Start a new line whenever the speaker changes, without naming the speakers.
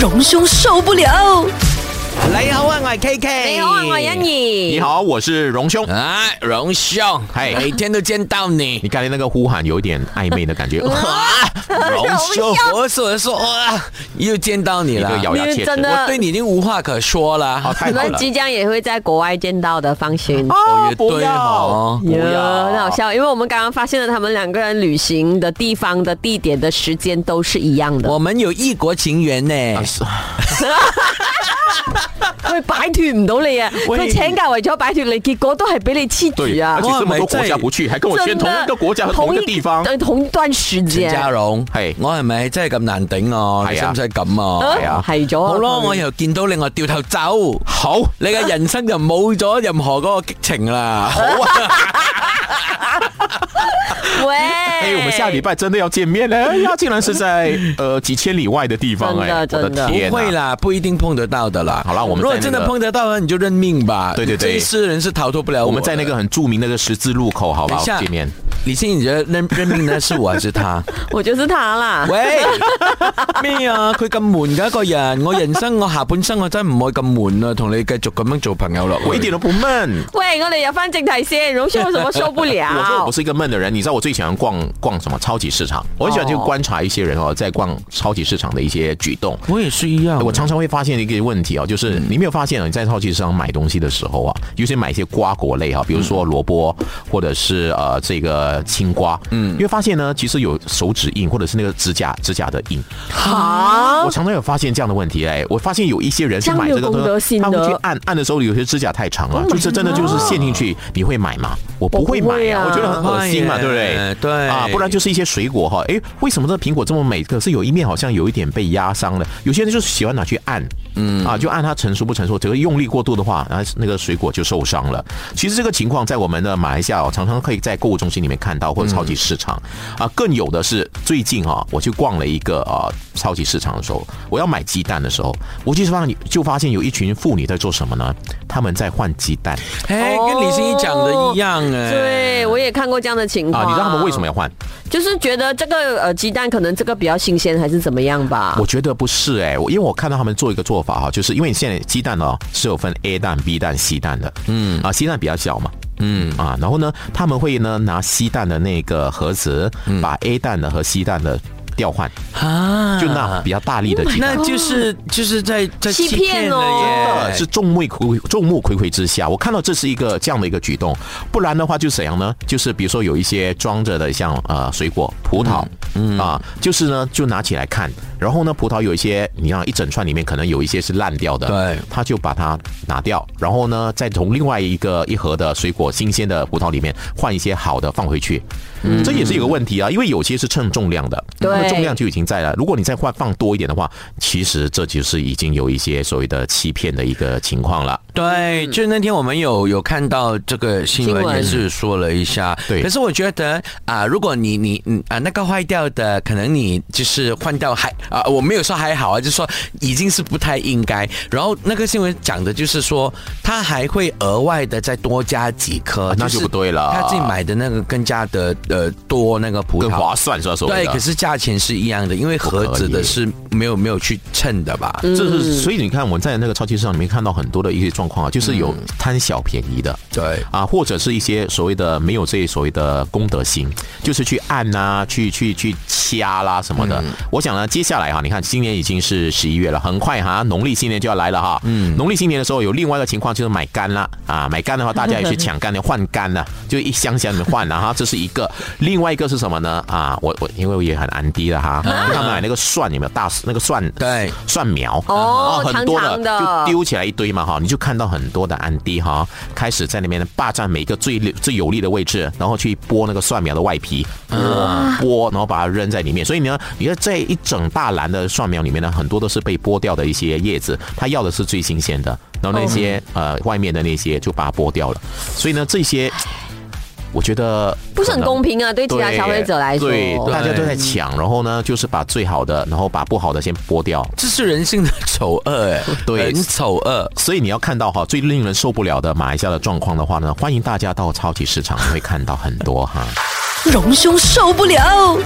隆胸受不了。
你好啊，我系 K K。
你好啊，我係欣怡。
你，好，我是荣兄。
哎，荣兄，哎
嗨
每天都见到你
你。刚才那个呼喊有一点暧昧的 感觉，一
啊，荣兄，我所说哇，又见到你
个
了。
咬牙切齿。
真的
我对你已经无话可说
哦，
了。
你
太好
们
了。
即将也会在国外见到的，放心。
哦
啊
也对哦
不
哟很好啊
要。
笑，因为我们刚刚发现了他们两个人旅行的地方的地点的时间都是一样的
我，们有异国情缘
啊
呢，
佢擺脱唔到你啊！
喂
佢請假為咗擺脱你，結果都係俾你黐
对，
住啊
而！且这么
我係
多
咪真
国
係
家不去，还跟我
真
圈同一个国家和同一个地方。
對同一段時
陳家
間，
榮，
係
我係咪真係咁難頂啊？你
係
使
啊
唔使咁啊？
係啊
係咗啊。
好咯，
佢
我又見到你，我掉頭走。
好，
你嘅人生就冇咗任何嗰個激情啦。好啊，
喂，
哎，我们下礼拜真的要见面了。哎呀，竟然是在呃几千里外的地方，哎，我
真的真的
天
不会
哪！
啦，不一定碰得到的啦。
好啦我们
如果
在那
真的
個
碰得到，你就认命吧。
对对对
这一世人是逃脱不了
我
我
们在那
的
个很著名的那个十字路口，好不
等
好
一？下
见面。
李欣，你觉得认认命的是我还是他？
我就是他啦。
喂，咩啊？佢咁悶嘅一個人，我人生我下半生我真唔可以咁悶啊，同你繼續咁樣做朋友落去。
我一点都不闷。
喂，我哋入翻正題先，榮兄有什麼受不了？
我说我不是一个闷的人，你知道我最喜欢逛逛什么超级市场？我很喜欢去观察一些人哦，在逛超级市场的一些举动。
我也是一样，
啊我常常会发现一个问题哦，就是你没有发现哦，你在超级市场买东西的时候啊，尤其买一些瓜果类啊哈，比如说萝卜或者是呃这个青瓜，嗯，你会发现呢，其实有手指印或者是那个指甲指甲的印。
好哦
我，常常有发现这样的问题哎，我发现有一些人是买这
这样没
个
有公德
东西，
心
他
的
会去按按的时候，有些指甲太长了，就是真的就是陷进去，你会买吗？我不会买呀、
我
我
不会啊
觉得很恶心嘛，对不对？
对
啊，不然就是一些水果哈，哎，为什么这苹果这么美？可是有一面好像有一点被压伤了。有些人就是喜欢拿去按，嗯啊，就按它成熟不成熟，只要用力过度的话，然后那个水果就受伤了。其实这个情况在我们的马来西亚、哦、常常可以在购物中心里面看到，或者超级市场、啊，更有的是最近啊，我去逛了一个啊超级市场的时候，我要买鸡蛋的时候，我就发现就发现有一群妇女在做什么呢？她们在换鸡蛋
哎，跟李欣怡讲的一样哎。
对我也看过这样的情
啊，
况。
你知道他们为什么？要换？
就是觉得这个呃鸡蛋可能这个比较新鲜，还是怎么样吧？
我觉得不是哎、我因为我看到他们做一个做法哈，就是因为你现在鸡蛋呢是有分 A 蛋、B 蛋、C 蛋的，嗯啊，C 蛋比较小嘛。嗯啊，然后呢，他们会呢拿 C 蛋的那个盒子，把 A 蛋的和 C 蛋的调换，
啊，
就那比较大力的鸡蛋
那，就是就是在在
欺
欺
骗
骗
哦
了
呃
耶，
是众目睽众目睽睽之下，我看到这是一个这样的一个举动，不然的话就怎样呢？就是比如说有一些装着的像呃水果葡萄，嗯啊、就是呢就拿起来看，然后呢葡萄有一些你看一整串里面可能有一些是烂掉的，
对
他就把它拿掉，然后呢再从另外一个一盒的水果新鲜的葡萄里面换一些好的放回去，这也是有个问题啊，因为有些是称重量的，
对
那重量就已经在了。如果你再换放多一点的话，其实这就是已经有一些所谓的欺骗的一个情况了。
对，
嗯
就那天我们有有看到这个新
新
闻，
闻
也是说了一下。
对
可是我觉得啊、如果你你嗯啊那个坏掉的，可能你就是换掉还啊、我没有说还好啊，就说已经是不太应该。然后那个新闻讲的就是说，他还会额外的再多加几颗，
啊那就是不对了
他自己买的那个更加的呃多那个葡
更
萄
划。算是吧？所谓
对，
的
可是价钱是一样的，因为盒子
不可
的
以嗯
是没有没有去称的吧？
这是所以你看我们在那个超级市场里面看到很多的一些状况啊，就是有
嗯
贪小便宜的。
对，
啊，或者是一些所谓的没有这所谓的公德心，就是去按呐、去去去掐啦什么的。我想呢，接下来哈、你看今年已经是十一月了，很快哈、农历新年就要来了哈。嗯，农历新年的时候有另外一个情况就是买干啦啊，买干的话大家也去抢干的换干啦，就一箱箱的换了啊哈，这是一个。另外一个是什么呢？啊，我我因为我也很安迪的哈，他们买那个蒜有没有大那个蒜
对
蒜苗
哦
啊很多
长长的
就丢。丢起来一堆嘛哈，你就看到很多的安迪哈，开始在那边霸占每一个最最有利的位置，然后去剥那个蒜苗的外皮，
啊
剥剥，然后把它扔在里面。所以呢，你看这一整大篮的蒜苗里面呢，很多都是被剥掉的一些叶子，它要的是最新鲜的，然后那些、
哦
呃外面的那些就把它剥掉了。所以呢，这些我觉得
不是很
可能
公平啊，对其他
对
消费者来说。嗯
对，
对
大家都在抢，然后呢，就是把最好的，然后把不好的先剥掉，
这是人性的丑恶，哎，
对
人丑恶。
所以你要看到哈，最令人受不了的马来西亚的状况的话呢，欢迎大家到超级市场会看到很多哈。
荣兄受不了。